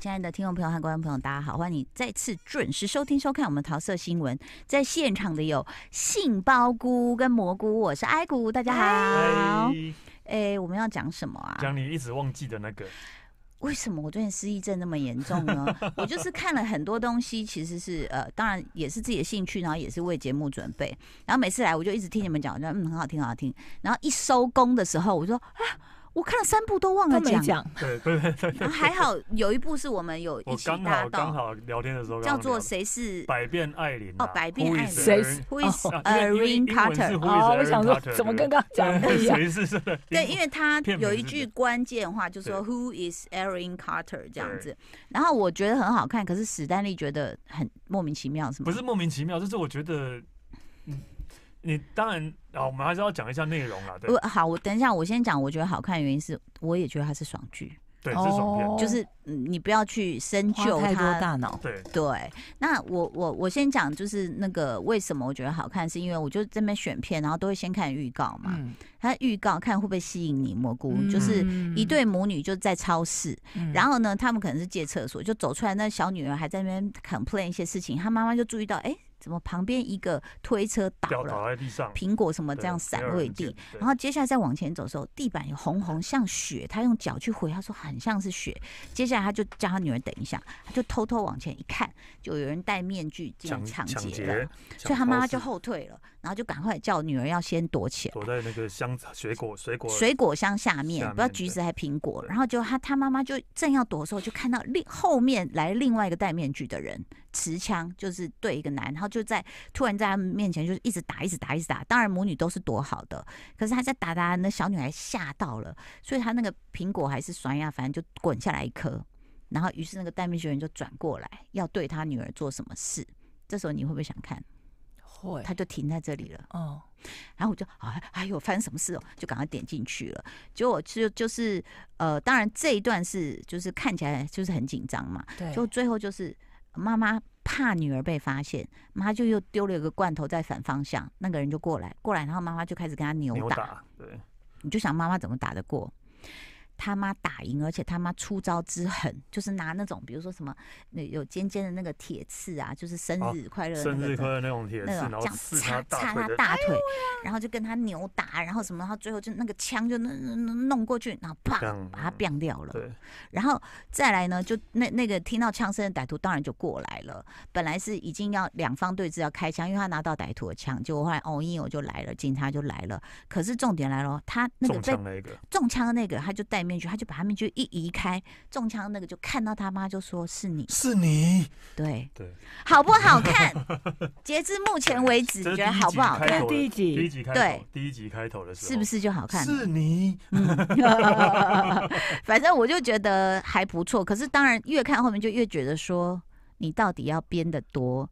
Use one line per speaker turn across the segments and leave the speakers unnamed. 亲爱的听众朋友和观众朋友，大家好，欢迎你再次准时收听收看我们桃色新闻。在现场的有杏鲍菇跟蘑菇，我是艾菇，大家好。哎、我们要讲什么啊？
讲你一直忘记的那 个，
为什么我最近失忆症那么严重 呢？哎我就是看了很多东西，其实是呃，当然也是自己的兴趣，然后也是为节目准备。然后每次来我就一直听你们讲，我觉得嗯很好听，很好听。然后一收工的时候，我说啊，我看了三部都忘了
都没讲，
对对对对，
然后还好有一部是我们有一
我
起
哦刚
搭
好刚
档，
好聊天的时候刚
叫
好
做《
聊到
谁是
百变艾琳啊
哦百变
Who
艾
is
琳
Erin？
Who is 呃
啊
Erin
因为英文是
Carter？
Who is
哦，我
Erin
想说
Carter，
怎么
对
跟刚刚讲
对
的一 样？
谁是是的？
对，
英
因为他
片
有
名
一
是
句
这
关键话，就说
对
“Who is Erin Carter” 这样
对
子。然后我觉得很好看，可是史丹利觉得很莫名其妙，是吗？
不是莫名其妙，就是我觉得，嗯你当然啊，我们还是要讲一下内容啦，对
我好，我等一下，我先讲，我觉得好看的原因是，我也觉得它是爽剧，
对，是爽片
哦，
就是嗯你不要去深
花
究
太多
它。
大脑，
对
对，那我我我先讲，就是那个为什么我觉得好看，是因为我就这边选片，然后都会先看预告嘛。
嗯，
它预告看会不会吸引你蘑菇，就是
嗯
一对母女就在超市，
嗯，
然
后
后呢，他们可能是借厕所，就走出来，那小女儿还在那边 complain 一些事情，她妈妈就注意到，哎，怎么旁边一个推车倒
掉
了，
倒在地上，
苹果什么这
对
样
没
散
有
落一
人
地
捡，对
然后接下来再往前走的时候，地板有红红像血，她用脚去回，她说很像是血。接下来她就叫她女儿等一下，她就偷偷往前一看，就有人戴面具进来
抢
抢
抢
劫
劫
了，，所以她妈妈就
后
后退了，然后就赶快叫女儿要先躲起来。
躲在那个箱子、水果、水果
水果箱下面，
下
不知道
面
橘
对
子还苹果，
对
然后就他他妈妈就正要躲的时候，就看到另后面来另外一个戴面具的人持枪，就是对一个男，然后就在突然在他们面前就是一直打，一直打，一直打。当然母女都是躲好的，可是他在打打，那小女孩吓到了，所以她那个苹果还是甩呀，反正就滚下来一颗。然后于是那个戴面具的人就转过来要对他女儿做什么事，这时候你会不会想看？
会
他，就停在这里了。
哦，
然后我就啊，哎呦，发生什么事哦，就赶快点进去了。结果就就是呃，当然这一段是就是看起来就是很紧张嘛，
对，
就最后就是妈妈怕女儿被发现，妈就又丢了一个罐头在反方向，那个人就过来过来，然后妈妈就开始跟他扭
扭
打，
打，对，
你就想妈妈怎么打得过？他妈打赢，而且他妈出招之狠，就是拿那种比如说什么那有尖尖的那个铁刺啊，就是生
哦
日快乐、那个
生日
的
快乐那种铁刺，
那
然
种这
后
样
刺
插
大
插
腿
他
的，哎
大腿，然后就跟他扭打，然后什么，然后最后就那个枪就弄弄弄过去，然后啪
这样
把他
嗯
毙掉了。
对，
然后再来呢，就那那个听到枪声的歹徒当然就过来了。本来是已经要两方对峙要开枪，因为他拿到歹徒的枪，结果后来哦，因我就来了，警察就来了。可是重点来了，哦他那个
中
被
枪那一个，
中枪的那个，他就戴面具，他就把他面具一移开，中枪的那个就看到他妈就说是你，
是你，
对
对，
好不好看？截至目前为止，
这
你
是
觉得
第一
好
集
不好
开
看？
头
第一
的第一
集，
集开
对
头，第一集开头的时候，
是不是就好看？
是你，
嗯，反正我就觉得还不错。可是当然，越看后面就越觉得说，你到底要编的多，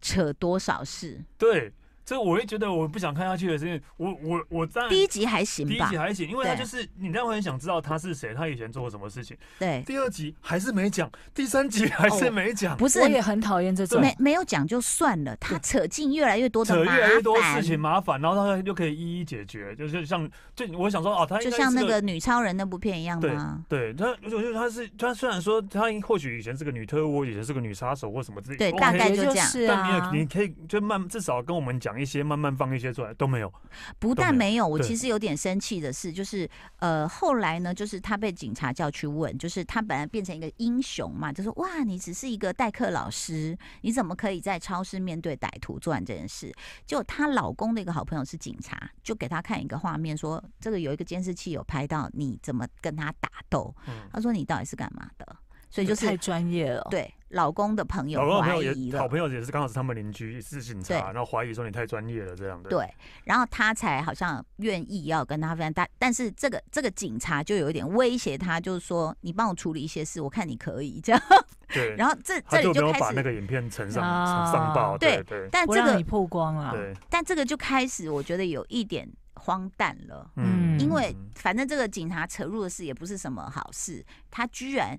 扯多少事？
对，这我会觉得我不想看下去的是，因为我我我当然
第一集还
嗯第
行
一
吧
集？还行，因为他
对
就是你让我很想知道他是谁，他以前做过什么事情。
对，
第二集还是没讲，第三集还是没讲，
不是
我也很讨厌这种，
没没有讲就算了，他扯进越来越多的
扯
麻
越来越多事
烦
情。麻烦，然后他就可以一一解决，就是像就我想说哦，他
就
应该
像
是
那
个
个女超人那部片一样吗？
对他，我觉得他是他虽然说他或许以前是个女特务，以前是个女杀手或什么之类，
对
OK，
大概
也
就这样
是
但
啊
你也，你可以就慢至少跟我们讲一些，慢慢放一些出来都没有。
不但没有，我
对
其实有点生气的是，就是呃，后来呢，就是他被警察叫去问，就是他本来变成一个英雄嘛，就说哇，你只是一个代课老师，你怎么可以在超市面对歹徒做完这件事？结果她老公的一个好朋友是警察，就给她看一个画面说，这个有一个监视器有拍到你怎么跟他打斗，
嗯，
他说你到底是干嘛的？所以就
太
是
专业了，，
对老公的朋友
老公的
怀
朋友
疑
也
了
好。朋友也是刚好是他们邻居，也是警察，
对
然后怀疑说你太专业了这样的。
对，然后他才好像愿意要跟他分享，但但是这个这个警察就有一点威胁他，就是说你帮我处理一些事，我看你可以这样。
对，
然后这这
他
里
就没
就
有
开
把那
始，
个影片呈上
啊
呈上报。对
对
对
但
不
这
让
个
你曝光啊了，
对，
但这个就开始，我觉得有一点荒诞了，
嗯
因为
啊
反正这个警察扯入的事也不是什么好事，他居然。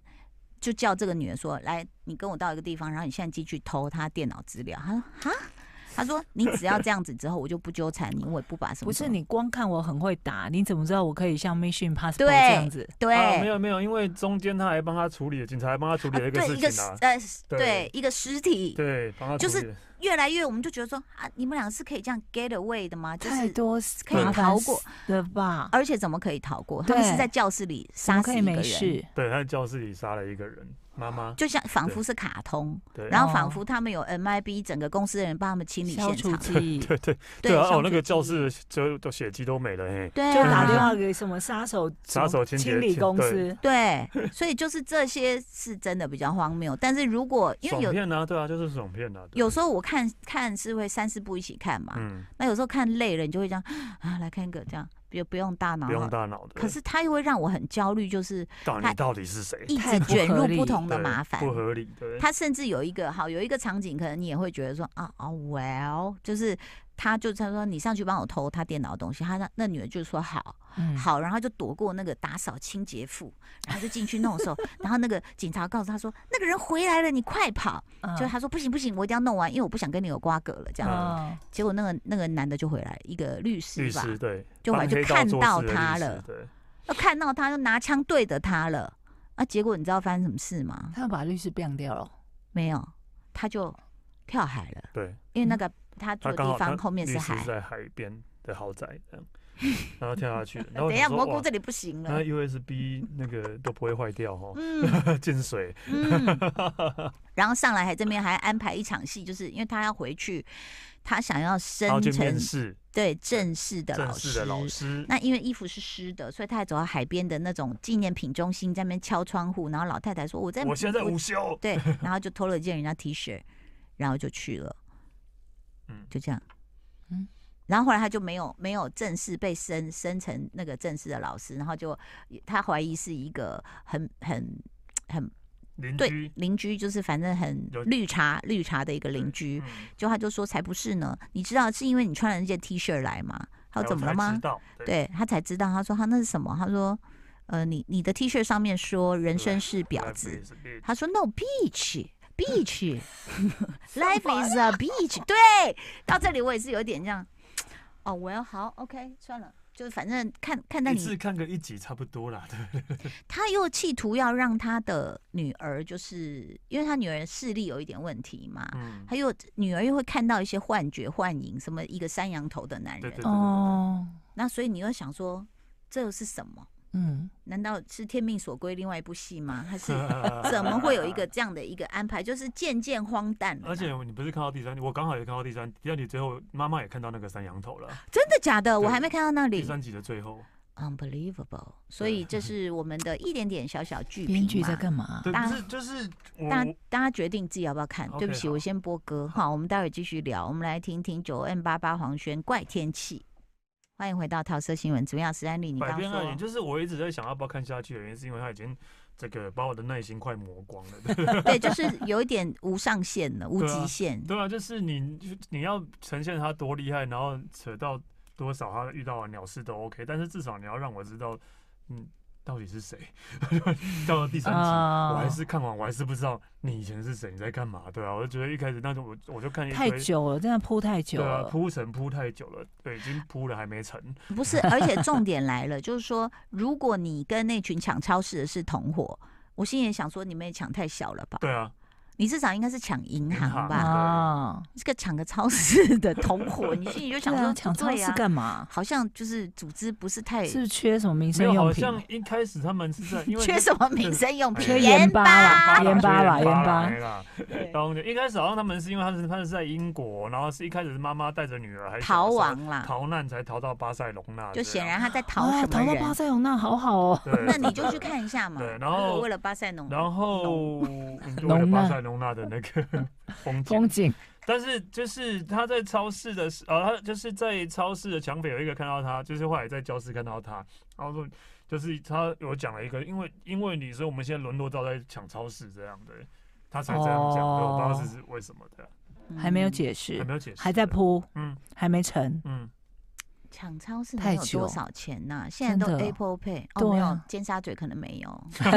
就叫这个女人说：“来，你跟我到一个地方，然后你现在进去偷她电脑资料。”她说：“哈。”他说你只要这样子之后，我就不纠缠你，我也不把什么
不是
什么
你光看我很会打，你怎么知道我可以像 Mission Passport
对
这样子？
对、
啊，没有没有，因为中间他还帮他处理，警察还帮他处理了
啊
一个
对
事
一个
情
尸
啊，
呃
对
对一个尸体，
对，帮他
就
处理
是
了
越来越我们就觉得说啊，你们俩是可以这样 get away 的吗？就
太
是
多
可以
麻烦
逃过
的吧？
而且怎么可以逃过？他们是
对
在教室里
怎
杀
么
死
可以
一个
没
人，
事？
对，他在教室里杀了一个人，妈妈，
就像仿
对
佛是卡通，啊
对，
然后
哦
仿佛他们有 MIB 整个公司的人帮他们清理
消
现
除
场，
记 忆，
对对
对
对啊，
消
哦，那
除
个
记
教
忆
室就都血迹都没了，嘿，
对啊，
就打电话给什么杀手
杀手清洁
清理
清
公
对
司，
对，所以就是这些是真的比较荒谬。但是如果因为
爽
有
片啊，对啊，就是爽片啊，对
有时候我看看是会三四部一起看嘛，
嗯，
那有时候看累了，你就会这样啊，来看一个这样，不不用大脑
不用
了。
大脑的，
可是它又会让我很焦虑，就是
到
他
你到底是谁？
一直
太不
卷入
合理
不同的
对
麻烦。
不合理，对，
它甚至有一个好有一个场景，可能你也会觉得说啊啊，well，就是他就他说你上去帮我偷他电脑的东西，他那那女的就说好，
嗯，
好，然后就躲过那个打扫清洁妇，然后就进去弄的时候，然后那个警察告诉他说，那个人回来了，你快跑！
嗯
就他说不行不行，我一定要弄完，因为我不想跟你有瓜葛了这样。
嗯
结果那个那个男的就回来，一个律师
律
吧，
师对，
就
帮
我就
黑道
看
做
到
事的律
他
师
了
对，
呃看到他就拿枪对着他了，啊，结果你知道发生什么事吗？
他要把律师变掉了，
没有，他就跳海了，
对嗯
因为那个他住
他
的
刚好
地
他
方后面
律
是
师
海。
在海边的豪宅这样，然后跳 下去了，然
等
后我
一
想
下，
说
蘑菇
哇
这里不行
那
了。
USB 那个都不会坏掉哦，
嗯
进水，
嗯， 然后上来还这边还安排一场戏，就是因为他要回去，他想要
然后
生
去
成
面试
对正式的
正
老
式
师。
的老师，
那因为衣服是湿的，所以他还走到海边的那种纪念品中心，在那边敲窗户。然后老太太说：“我在，
我现在在午休，
对，然后就偷了一件人家 T 恤，然后就去了，
嗯，
就这样。嗯
嗯，
然后后来他就没有没有正式被升升成那个正式的老师，然后就他怀疑是一个很很很
邻
对
居
邻居，就是反正很
有
绿茶绿茶的一个邻居。哦
嗯
就他就说才不是呢，你知道是因为你穿了那件 T 恤来嘛？他说
然后
怎么
哎才
了吗
知？道，
对他才知道，他说他那是什么？他说，呃，你你的 T 恤上面说人生是婊子，
子
他说 No beach beach life is a beach。对，到这里我也是有点这样，哦，我要好 OK 算了，就是反正看看到
一
你
次，看个一集差不多啦，对，
他又企图要让他的女儿，就是因为他女儿视力有一点问题嘛，
嗯，
还有女儿又会看到一些幻觉、幻影，什么一个山羊头的男人，
对对对
哦，
那所以你又想说，这又是什么？
嗯，
难道是天命所归另外一部戏吗？还 是 怎么会有一个？这样的一个安排？就是渐渐荒诞了啦。
而且你不是看到第三集，我刚好也看到第三，第二集最后妈妈也看到那个三羊头了，
真的假的？
对
我还没看到那
第
里
三集的最后，
，unbelievable。所以这是我们的一点点小小剧
编剧
评
在
嘛。
干嘛？
对，
大
不是就是我
大家大家决定自己要不要看。
哦 OK，
对不起，
好
我先播歌哈，我们待会儿继续聊。我们来听听九 N 八八黄轩怪天气。欢迎回到桃色新闻，怎么样？史丹利，你
百
刚
变爱
说
演，就是我一直在想要不要看下去的原因，是因为他已经这个把我的耐心快磨光了。对
对，就是有一点无上限了，无
对啊
极限。
对啊，就是你你要呈现他多厉害，然后扯到多少他遇到的鸟事都 OK，但是至少你要让我知道，嗯，到底是谁。 到了第三集，
啊
我还是看完，我还是不知道你以前是谁，你在干嘛，对啊，我就觉得一开始那种我我就看一
太
堆，
久了，真的铺太久
对啊，
了。
铺陈铺太久了，对，已经铺了还没成，
不是，而且重点来了， 就是说，如果你跟那群抢超市的是同伙，我心里也想说，你们也抢太小了吧？
对啊，
你至少应该是抢银行
银
吧
行？
啊，
这个抢个超市的同伙，你心里就想
对
说，
啊抢
不对
超市
啊
干嘛？
好像就是组织不是太
是缺什么民
没
生
有，
用
好
品？
像一开始他们是在因为
缺什么民生用品，
缺
盐巴
盐
啦
哎
盐巴吧
啦，
盐巴
没啦。
对
然后就一开始好像他们是因为他是他是在英国，然后是一开始是妈妈带着女儿还是
逃
小
亡
时候
啦，
逃啊难才逃到巴塞隆纳这样，
就显然他在逃
啊，
什
逃
么
到
人
巴？塞隆那好好哦。
对。
那你就去看一下嘛。
对
如
然
果
后
为了巴塞隆，
然后就为了
隆纳
巴塞隆纳的那个风景啊
风，景
但是就是他在超市的时，啊，他就是在超市的墙壁有一个看到他，就是后来在教室看到他，然后说就是他有讲了一个，因为因为你，所以我们现在沦落到在抢超市这样的，他才这样讲的，我不知道这是为什么的，
嗯
哦还没有解释
还，没有解释，
还在，铺，
嗯
还没成。
嗯，
抢超市能
太
有多
久
少钱呐、现在
真
都
的
Apple Pay，
对
哦，没有
啊，哎
尖沙咀可能没有。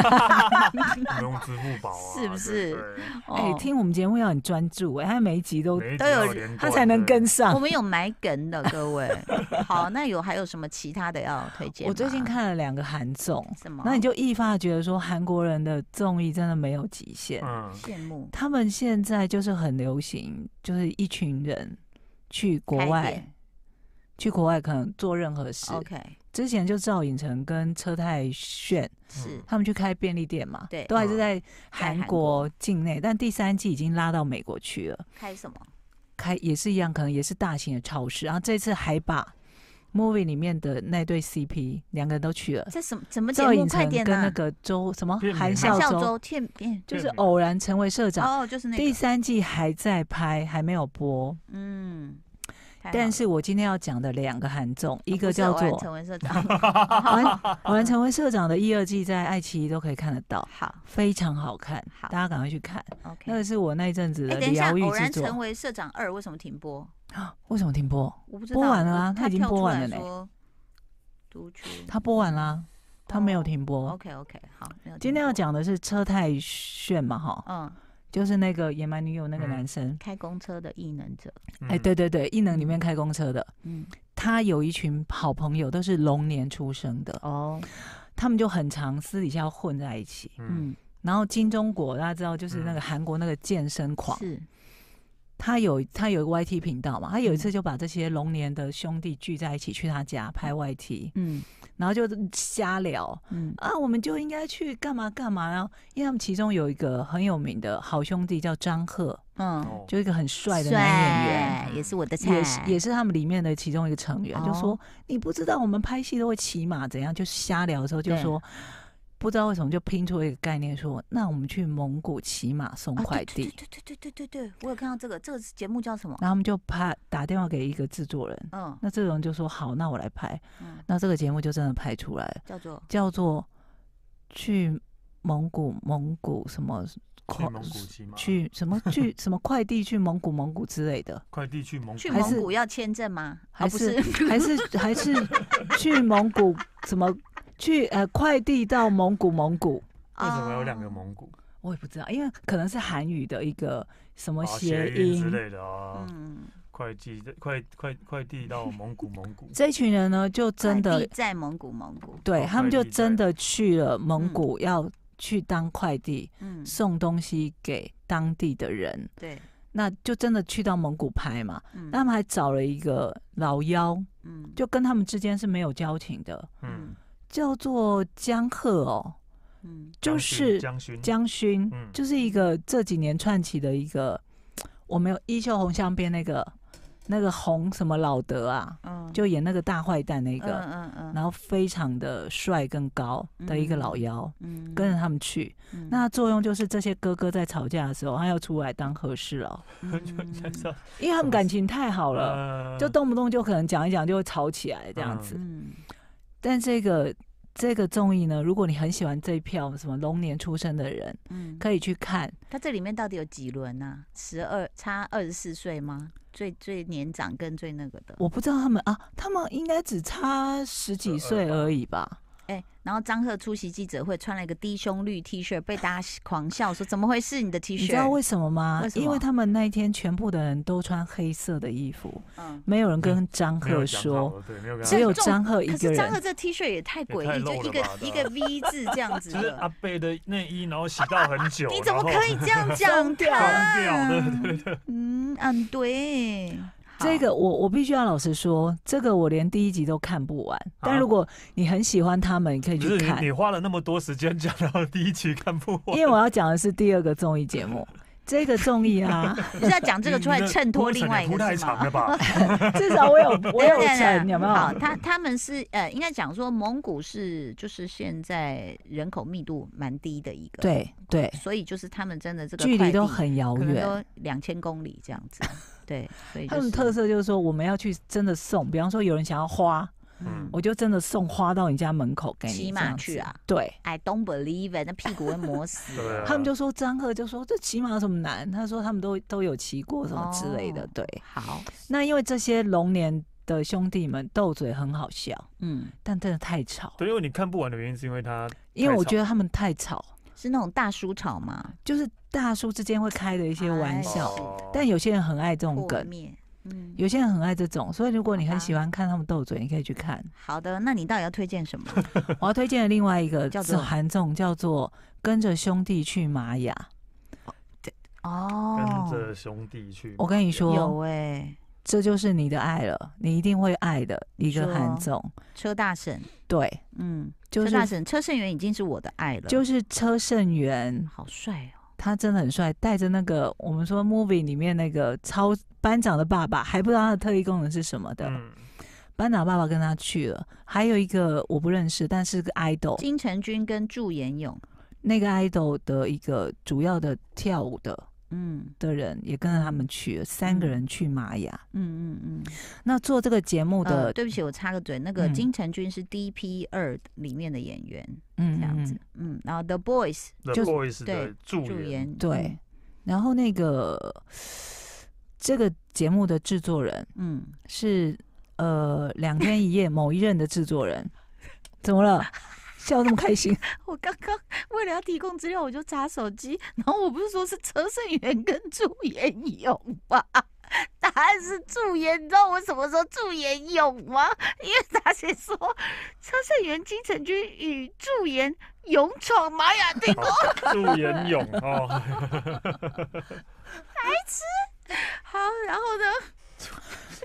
不用支付宝 啊，
是不是
对？对
哎、
哦，
听我们节目要很专注、哎，他每一集都
每一集
都有
连贯
他才能
对
跟上
我。们有埋梗的各位。好，那有还有什么其他的要推荐吗？
我最近看了两个韩综，
啊什么？
那你就一发觉说韩国人的综艺真的没有极限，
嗯，
羡慕
他们现在就是很流行，就是一群人去国
开
外
店，
去国外可能做任何事。
？OK，
之前就赵寅成跟车太铉
是
他们去开便利店嘛，
对
都还是
嗯
在
韩
韩国境内，但第三季已经拉到美国去了，
开什么？
开也是一样，可能也是大型的超市。然后这次还把 movie 里面的那对 CP 两个人都去了，
这什么怎哦么节
呃赵
目？
寅
快
成
点啊
跟
呐、
那个周什么
片名
韩
韩
吗
孝
孝
周，
周片片，
就是
片名
偶然成为社长。
哦，就是那
第
个，
三季还在拍，还没有播。
嗯，太好
但
了哦
是我今天要讲的两个韩综，一
不
个
是
叫
偶然成
做哎《
为社 长，
偶然成为社长》的一二季，在爱奇艺都可以看得到，
好
非常好看，
好
大家赶快去看。那
，OK。
个是我那一阵子
哎、
的
等一下，
疗愈
偶
之
然
作
成。为社长二为什么停播？
为什么停播？
我不知道，
播完了啊
他
它已经
跳
播
出
完
来
了嘞
说独居，
他播完啦，他没有停播。
哦 OK OK，好，没有
今
听
天要
过，
讲的是车太炫嘛，哈，
嗯，
就是那个野蛮女友那个
嗯
男生。
开公车的异能者，
哎，对对对，异能里面开公车的，
嗯，
他有一群好朋友，都是龙年出生的，
哦，
他们就很常私底下混在一起。
嗯，
嗯，
然后金钟国大家知道，就是那个
嗯
韩国那个健身狂，
是，
他有他有一个 YT 频道嘛，他有一次就把这些龙年的兄弟聚在一起去他家拍 YT，
嗯
然后就瞎聊，
嗯，
啊，我们就应该去干嘛干嘛。然后，因为他们其中有一个很有名的好兄弟叫张赫，
嗯，
哦
就一个很帅的男演员。
帅也是我的菜，
也是也是他们里面的其中一个成员，就
哦
说你不知道我们拍戏都会骑马怎样，就瞎聊的时候就
对
说，不知道为什么就拼出一个概念说，那我们去蒙古骑马送
啊
快
对
递，
对对对对对对对，我有看到这个，这个节目叫什么？
然后他们就拍打电话给一个制作人，
嗯
那制作人就说好，那我来拍，
嗯，
那这个节目就真的拍出来了，
叫做
叫做去蒙古蒙古什么
去
快
蒙古骑马，
去什么去什么快递去蒙古蒙古之类的，
快递去蒙古，
去
还
蒙
是
古要签证吗？
还
哦不是
还是还是去蒙古什么去呃快递到蒙古蒙古，
为什么有两个
啊
哦
蒙古？
我也不知道，因为可能是韩语的一个什么
啊
哦谐
音
音。
之类的啊，
嗯，
快递的快快快递到蒙古蒙 古，
这群人呢，就真
快
的
递在蒙古蒙古，
对
哦
他们就
快递在
真的去了蒙古，要去当快递
嗯，
送东西给当地的人，
对，
那就真的去到蒙古拍嘛。
嗯
那他们还找了一个老妖，
嗯
就跟他们之间是没有交情的，
嗯，
叫做江鹤哦，
嗯
就
江
是
勋江勋，
江勋，
嗯
就是一个这几年串起的一个，我们有《衣袖红香边》那个那个红什么老德啊，
嗯，
就演那个大坏蛋那
一
个，
嗯嗯
然后非常的帅跟高的一个老妖，
嗯，
跟着他们去。
嗯
那作用就是这些哥哥在吵架的时候，他要出来当和事佬，
嗯
因为他们感情太好了，
了
就动不动就可能讲一讲就会吵起来这样子。
嗯
但这个这个综艺呢，如果你很喜欢这一票什么龙年出生的人，
嗯，
可以去看。
他这里面到底有几轮啊？十二差二十四岁吗？最最年长跟最那个的，
我不知道他们啊，他们应该只差十几岁而已吧？
哎、然后张赫出席记者会，穿了一个低胸绿 T 恤，被大家狂笑说怎么会是你的 T 恤？
你知道为什么吗？
为什么
因为他们那一天全部的人都穿黑色的衣服，
嗯，
没有人跟张
没有
赫
讲好
说，
了，对，没有跟他
只有张赫一
可
个
是张赫
人。
这 T 恤也太诡
也太
异，就
露
一
了
个
吧
一
对
个
啊
V 字这样子
就是阿
的，
贝的内衣，然后洗到很久，
啊你怎么可以这样 讲
掉
他？
掉对
嗯嗯，对，好
这个我我必须要老实说，这个我连第一集都看不完。但如果你很喜欢他们，你可以
然后？不
去
是
看
你，你，花了那么多时间讲，然后第一期看不完，
因为我要讲的是第二个综艺节目。这个综艺啊，
就是要讲这个出来
你的
衬托
铺陈
另外
也
一
铺
个
太
是
长
吗
了？吧？
至少我有我
对
有
对对
成，有没
好，
有？
他他们是呃，应该讲说蒙古是就是现在人口密度蛮低的一个，，
对对，
所以就是他们真的这个
距离
快
都
递
很遥
可能
远。
都两千公里这样子，啊对，所以、就
他
是、
们特色就是说，我们要去真的送，比方说有人想要花，
嗯
嗯，
我就真的送花到你家门口给你，
骑马
这样子
去啊？
对，
I don't believe it，那屁股会磨死。
对啊，
他们就说张赫就说这骑马有什么难？他说他们都都有骑过什么之类的。
哦
对，
好，
那因为这些龙年的兄弟们斗嘴很好笑，
嗯，
但真的太吵，
对，因为你看不完的原因是因 为他
因为我
太吵
觉得他们太吵，
是那种大叔吵嘛，
就是大叔之间会开的一些玩
哎
笑，
哦
但有些人很爱这种
破
梗，
灭。嗯，
有些人很爱这种，所以如果你
好吧
很喜欢看他们斗嘴，你可以去看。
好的，那你到底要推荐什 么？
我要推荐的另外一个
叫
是
做
韩综，叫做《跟着兄弟去玛雅》。
哦
哦
跟，着兄弟去。
我跟你
有
说，
哎、
这就是你的爱了，你一定会爱的一个
说
韩综。
车大婶，
对，
嗯，
就
车大
是
婶，车胜元已经是我的爱了，
就是车胜元，
好帅哦，
他真的很帅，带着那个我们说 movie 里面那个超班长的爸爸，还不知道他的特异功能是什么的。
嗯，
班长爸爸跟他去了，还有一个我不认识，但是个 idol，
金城君跟祝妍勇，
那个 idol 的一个主要的跳舞的
嗯
的人也跟着他们去了，三个人去玛雅。
嗯嗯嗯，
那做这个节目的，
呃，对不起，我插个嘴，那个
嗯
金城君是 DP 二里面的演员，
嗯
这样子
嗯，
嗯，然后 The Boys
，The
就是
Boys
对
的助
祝
演，
妍，
对，然后那个这个节目的制作人
嗯，
是呃两天一夜某一任的制作人， 怎么了？笑那么开心？
嗯， 我刚刚为了要提供资料，我就查手机，然后我不是说是车胜元跟祝妍勇吗？答案是祝妍，你知道我什么时候祝妍勇吗？因为他写说车胜元、金城君与祝妍勇闯玛雅 帝国。
哦助演勇哦，
好，然后呢？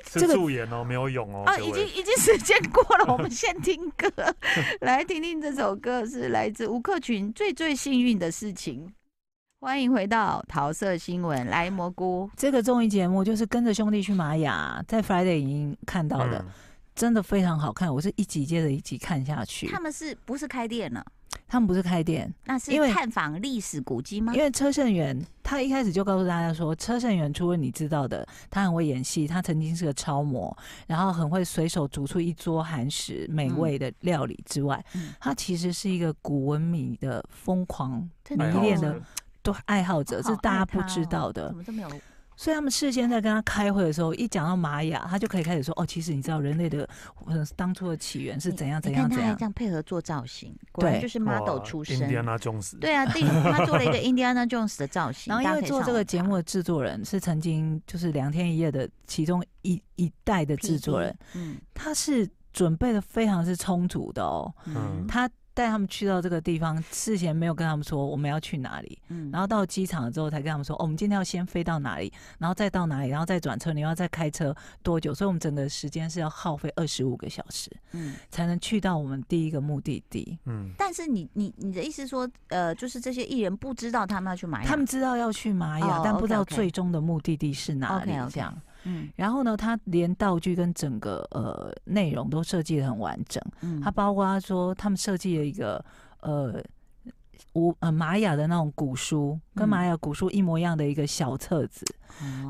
是
这个
助演哦，没有勇哦。
啊，
各
已
位
经已经时间过了，我们先听 歌，来听听这首歌是来自吴克群《最最幸运的事情》。欢迎回到桃色新闻，来蘑菇，
这个综艺节目就是跟着兄弟去玛雅，在 Friday 已经看到的，
嗯
真的非常好看。我是一集接着一集看下去
他。们是不是开店了？
他们不是开店，
那是
因为
探访历史古迹吗
因？为车胜元他一开始就告诉大家说，车胜元除了你知道的，他很会演戏，他曾经是个超模，然后很会随手煮出一桌韩食美味的料理之外，
嗯
他其实是一个古文明的疯狂
真
迷
爱好
恋
者
的对爱好者，
好
是大
爱
家不
他
知
哦
道的
怎。么这么有？
所以他们事先在跟他开会的时候，一讲到玛雅，他就可以开始说：“哦，其实你知道人类的呃当初的起源是怎样
你
怎
看
样
他
怎
哎还
样
这。样配合做造型，果然
对
就是
哇
model 出身。
，Indiana Jones，
对啊，对，他做了一个 Indiana Jones 的造”型。
然后因
大家
为
可以
做
上
这个
网
节
查
目的制作人是曾经就是两天一夜的其中一一代的制作人，，
PD 嗯
他是准备的非常是充足的哦。
嗯
嗯
他带他们去到这个地方，事前没有跟他们说我们要去哪里，
嗯，
然后到机场了之后才跟他们说，哦，我们今天要先飞到哪里，然后再到哪里，然后再转车，你要再开车多久？所以我们整个时间是要耗费二十五个小时
嗯。
才能去到我们第一个目的地。
嗯，
但是你你你的意思说，呃，就是这些艺人不知道他们要去买哪，
他们知道要去玛雅，
哎哦
但不知道
OK，OK
最终的目的地是哪里。
OK，OK
这样，
嗯
然后呢，他连道具跟整个呃内容都设计的很完整。
嗯
它包括说他们设计了一个呃无呃玛雅的那种古书，跟
嗯哦
玛雅古书一模一样的一个小册子，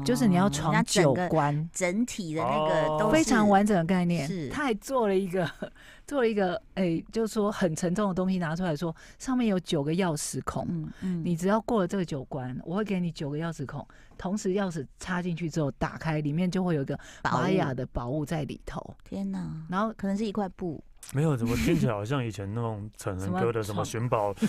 就是你要闯
那
九
整个
关，
整体的那个
哦
都
非常
是
完整的概念
是。
他还做了一个 做了一个哎、就是说很沉重的东西拿出来说，上面有九个钥匙孔。
嗯嗯
你只要过了这个九关，我会给你九个钥匙孔，同时钥匙插进去之后打开，里面就会有一个
宝
玛
物
雅的宝物在里头。
天哪，
然后
可能是一块布，
没有，怎么听起来好像以前那种成人歌的什么
什
寻宝、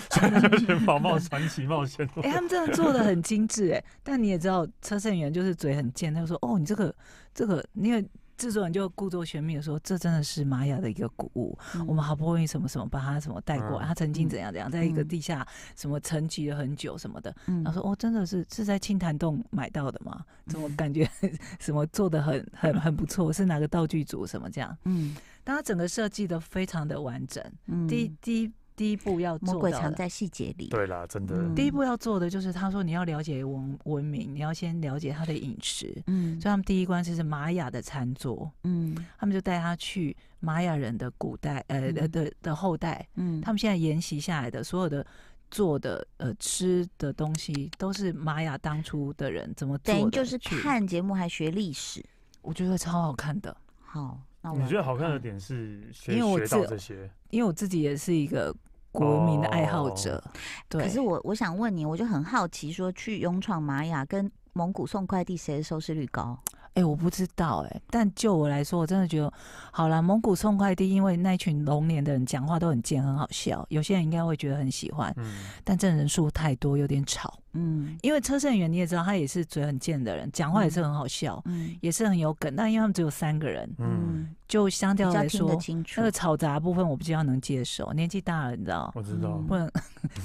寻宝冒传奇冒险，
哎、他们真的做的很精致哎、但你也知道，车胜元就是嘴很贱，他就说：“哦，你这个这个，因为制作人就故作玄秘的说，这真的是玛雅的一个古物，
嗯
我们好不容易什么什么把它什么带过来，
嗯
他曾经怎样怎样，在一个
嗯
地下什么沉寂了很久什么的。
嗯嗯
他说：“哦，真的是是在清潭洞买到的吗？怎么感觉 什么做的很很很不错？是哪个道具组什么这样？
嗯
但他整个设计的非常的完整。
嗯
第一第一第一步要
魔
做
鬼
到
藏
的
在细节里，
对啦，真的，
嗯
第一步要做的就是，他说你要了解文文明，你要先了解他的饮食。
嗯
所以他们第一关就是玛雅的餐桌，
嗯
他们就带他去玛雅人的古代，呃
嗯
的的的后代，
嗯，
他们现在沿袭下来的所有的做的呃吃的东西，都是玛雅当初的人怎么做的。
等于就是
去，
看节目还学历史，
我觉得超好看的，
好，那
你
我
觉得好看的点是学
因为我
学
自
到这些，
因为我自己也是一个古文明的爱好者，对，
哦可是我我想问你，我就很好奇，说去勇闯玛雅跟蒙古送快递，谁的收视率高？
哎、哎、我不知道哎、但就我来说，我真的觉得，好啦，蒙古送快递，因为那群龙年的人讲话都很贱，很好笑，有些人应该会觉得很喜欢，
嗯，
但这人数太多，有点吵。
嗯
因为车胜元你也知道，他也是嘴很贱的人，讲话也是很好笑，
嗯
也是很有梗，但因为他们只有三个人，
嗯，
就相
比
较
较
来
听得
说，
清楚
那个。嘈杂部分我比较能接受，年纪大了你知道，
我知道
嗯，
不 能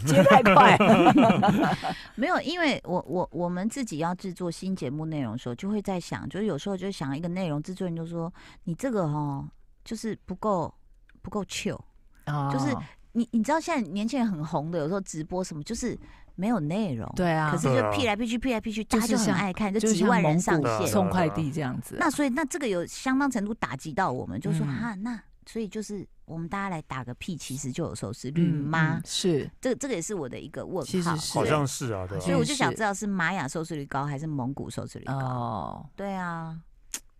接太快。
没有，因为我我我们自己要制作新节目内容的时候，就会在想，就是有时候就想一个内容，制作人就说你这个哦，就是不够不够 chill。就是
哦
你你知道现在年轻人很红的，有时候直播什么就是没有内容，、
对啊，
可是
对
就
啊
P 来 P 去 P 来 P 去，
就
大家
是
就很
像
爱看，就
就
几
像
万人
蒙
上
古
对啊
线。
送快递这样子。
那所以那这个有相当程度打击到我们，就说
嗯
哈、那所以就是我们大家来打个屁，其实就有收视率
嗯
吗？
嗯是
这这个也是我的一个问
其实
号，
是
好
对
像是啊，对
所以
吧？
我就想
是
知道是玛雅收视率高还是蒙古收视率高？
哦，
对啊，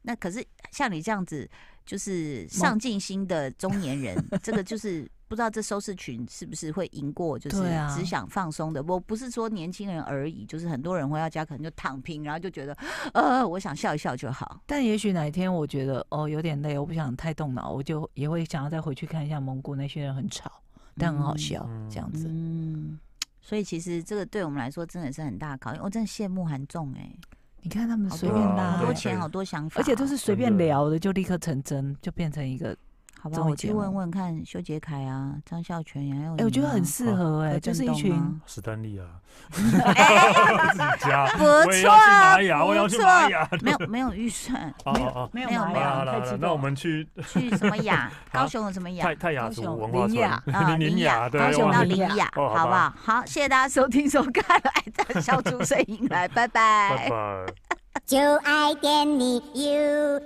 那可是像你这样子，就是上进心的中年人，这个 就是不知道这收视群是不是会赢过，就是
对啊
只想放松的。我不是说年轻人而已，就是很多人回到家可能就躺平，然后就觉得，呃，我想笑一笑就好。
但也许哪一天我觉得哦有点累，我不想太动脑，我就也会想要再回去看一下蒙古那些人很吵，但很好笑
嗯
这样子。
嗯，所以其实这个对我们来说真的是很大的考验。我真的羡慕韩仲哎、
你看他们
好
随
多
便
啊
拉
好
对
多
欸，
钱，好多想法，哦
而且都是随
真的
便聊的就立刻成真，就变成一个
好吧？
综艺
我去
节目
问问看修杰楷啊、张孝全呀、还有
哎、我觉得
你啊
很适
啊
合哎、
柯
就是
震
一
东
群
啊
史丹利 啊，
哎
自己家，
不
我也要去玛雅，
错啊
我也要去
不
玛雅。
没有没有预算，
好好好，
没有
没有
麻
好
没有
啦
烦
好啦
太
好啦
激
那我
动
们去
去什么 雅？高雄有什么雅
泰？泰雅
高
族
雄
文化
林雅
啊，
村， 林雅，对，
高雄
我
到
们
林雅，
哦好
好不好？好，谢谢大家收听收看《爱在笑逐声迎来》，拜拜
拜。拜。
就爱点你 UFO。